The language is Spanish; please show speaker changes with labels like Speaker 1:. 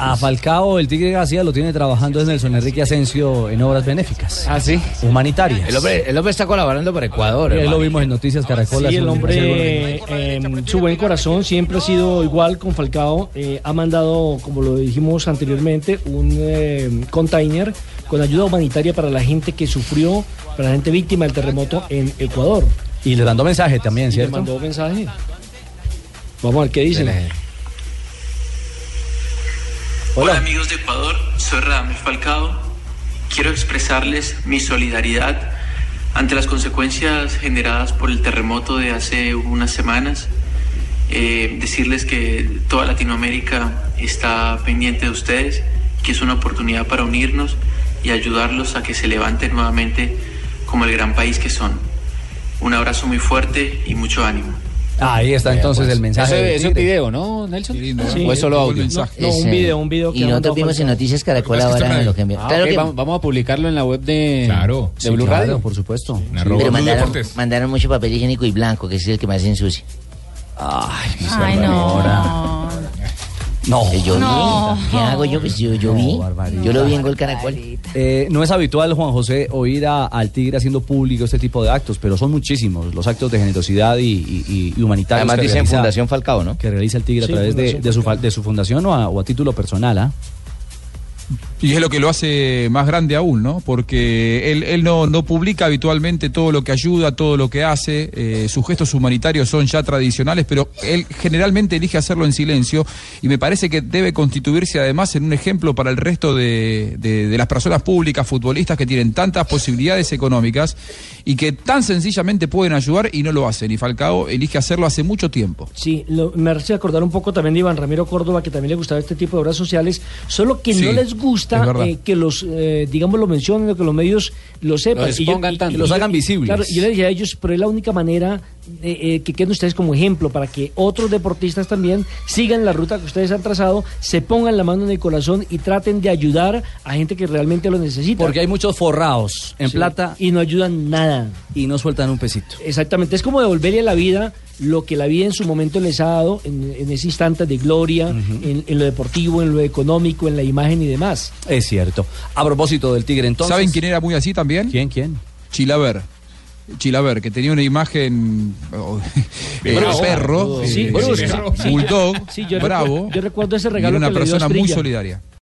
Speaker 1: A Falcao, el Tigre García lo tiene trabajando es Nelson Enrique Asensio en obras benéficas.
Speaker 2: Ah, sí.
Speaker 1: Humanitarias.
Speaker 2: El hombre, el hombre está colaborando para Ecuador.
Speaker 1: Ahí lo
Speaker 2: hermano.
Speaker 1: vimos en Noticias Caracol.
Speaker 3: Sí,
Speaker 1: hace
Speaker 3: el
Speaker 1: un- hace algunos días.
Speaker 3: hombre, eh, su buen corazón siempre ha sido igual con Falcao. eh, ha mandado, como lo dijimos anteriormente, un eh, container con ayuda humanitaria para la gente que sufrió, para la gente víctima del terremoto en Ecuador.
Speaker 1: Y le mandó mensaje también,
Speaker 3: Y le
Speaker 1: ¿cierto?
Speaker 3: mandó mensaje. Vamos a ver qué dicen.
Speaker 4: Hola. amigos de Ecuador, soy Radamel Falcao. Quiero expresarles mi solidaridad ante las consecuencias generadas por el terremoto de hace unas semanas. Eh, decirles que toda Latinoamérica está pendiente de ustedes, que es una oportunidad para unirnos y ayudarlos a que se levanten nuevamente como el gran país que son. Un abrazo muy fuerte y mucho ánimo.
Speaker 1: Ahí está entonces
Speaker 3: pues,
Speaker 1: el mensaje.
Speaker 2: Eso
Speaker 1: del
Speaker 2: es un
Speaker 1: Tigre.
Speaker 2: video, ¿no, Nelson?
Speaker 3: Sí.
Speaker 2: ¿O es solo audio?
Speaker 3: Pues No, un video, un video que
Speaker 5: Y
Speaker 3: ha
Speaker 5: nosotros
Speaker 3: mandado
Speaker 5: vimos en
Speaker 3: Falcao.
Speaker 5: Noticias Caracol ahora lo que envió.
Speaker 2: Ah,
Speaker 5: claro
Speaker 2: ok,
Speaker 5: que
Speaker 2: vamos, vamos a publicarlo en la web de,
Speaker 6: Claro.
Speaker 2: de
Speaker 1: Sí,
Speaker 2: Blue
Speaker 1: claro,
Speaker 2: Radio.
Speaker 1: por supuesto.
Speaker 6: Arroba
Speaker 5: pero
Speaker 6: Blue
Speaker 5: mandaron,
Speaker 6: Deportes.
Speaker 5: mandaron mucho papel higiénico y blanco, que es el que más ensucia.
Speaker 7: Ay, no.
Speaker 1: No.
Speaker 5: Que yo vi.
Speaker 7: No.
Speaker 5: ¿Qué hago yo? Pues yo, yo vi.
Speaker 1: No, barbaridad.
Speaker 5: Yo lo vi en Gol Caracol.
Speaker 1: Eh, no es habitual, Juan José, oír a- al Tigre haciendo público este tipo de actos, pero son muchísimos los actos de generosidad y, y- y humanitarios.
Speaker 2: Además
Speaker 1: que
Speaker 2: dicen
Speaker 1: realiza-
Speaker 2: Fundación Falcao, ¿no?
Speaker 1: Que realiza el Tigre
Speaker 3: Sí,
Speaker 1: a través de,
Speaker 3: Fundación
Speaker 1: de su, fa- de su fundación o a, o a título personal, ¿ah?
Speaker 6: Y es lo que lo hace más grande aún, ¿no? Porque él, él no, no publica habitualmente todo lo que ayuda, todo lo que hace. eh, sus gestos humanitarios son ya tradicionales, pero él generalmente elige hacerlo en silencio y me parece que debe constituirse además en un ejemplo para el resto de, de- de las personas públicas, futbolistas que tienen tantas posibilidades económicas y que tan sencillamente pueden ayudar y no lo hacen. Y Falcao elige hacerlo hace mucho tiempo.
Speaker 3: Sí, lo- me hace acordar un poco también de Iván Ramiro Córdoba, que también le gustaba este tipo de obras sociales, solo que
Speaker 6: Sí,
Speaker 3: no les
Speaker 6: es
Speaker 3: gusta
Speaker 6: verdad.
Speaker 3: eh, que los, eh, digamos, lo mencionen, o que los medios lo sepan.
Speaker 2: Los expongan tanto.
Speaker 1: Los hagan visibles.
Speaker 3: Claro, y yo les dije a ellos, pero es la única manera eh, eh, que queden ustedes como ejemplo para que otros deportistas también sigan la ruta que ustedes han trazado, se pongan la mano en el corazón y traten de ayudar a gente que realmente lo necesita.
Speaker 1: Porque hay muchos forrados en
Speaker 3: Sí,
Speaker 1: plata y,
Speaker 3: Y no ayudan nada.
Speaker 1: y no sueltan un pesito.
Speaker 3: Exactamente, es como devolverle a la vida lo que la vida en su momento les ha dado en, en ese instante de gloria, en, en lo deportivo, en lo económico, en la imagen y demás.
Speaker 1: Es cierto. A propósito del Tigre, entonces.
Speaker 6: ¿Saben quién era muy así también?
Speaker 1: ¿Quién? ¿Quién?
Speaker 6: Chilaver. Chilaver, que tenía una imagen oh, eh,
Speaker 2: Bravo.
Speaker 6: perro,
Speaker 3: Sí,
Speaker 6: eh,
Speaker 3: bravo,
Speaker 6: eh,
Speaker 3: sí, sí.
Speaker 6: bulldog,
Speaker 3: Sí, yo recu-
Speaker 6: bravo.
Speaker 3: yo recuerdo ese regalo
Speaker 6: y era una
Speaker 3: que le dio
Speaker 6: persona muy
Speaker 3: Astrilla.
Speaker 6: solidaria.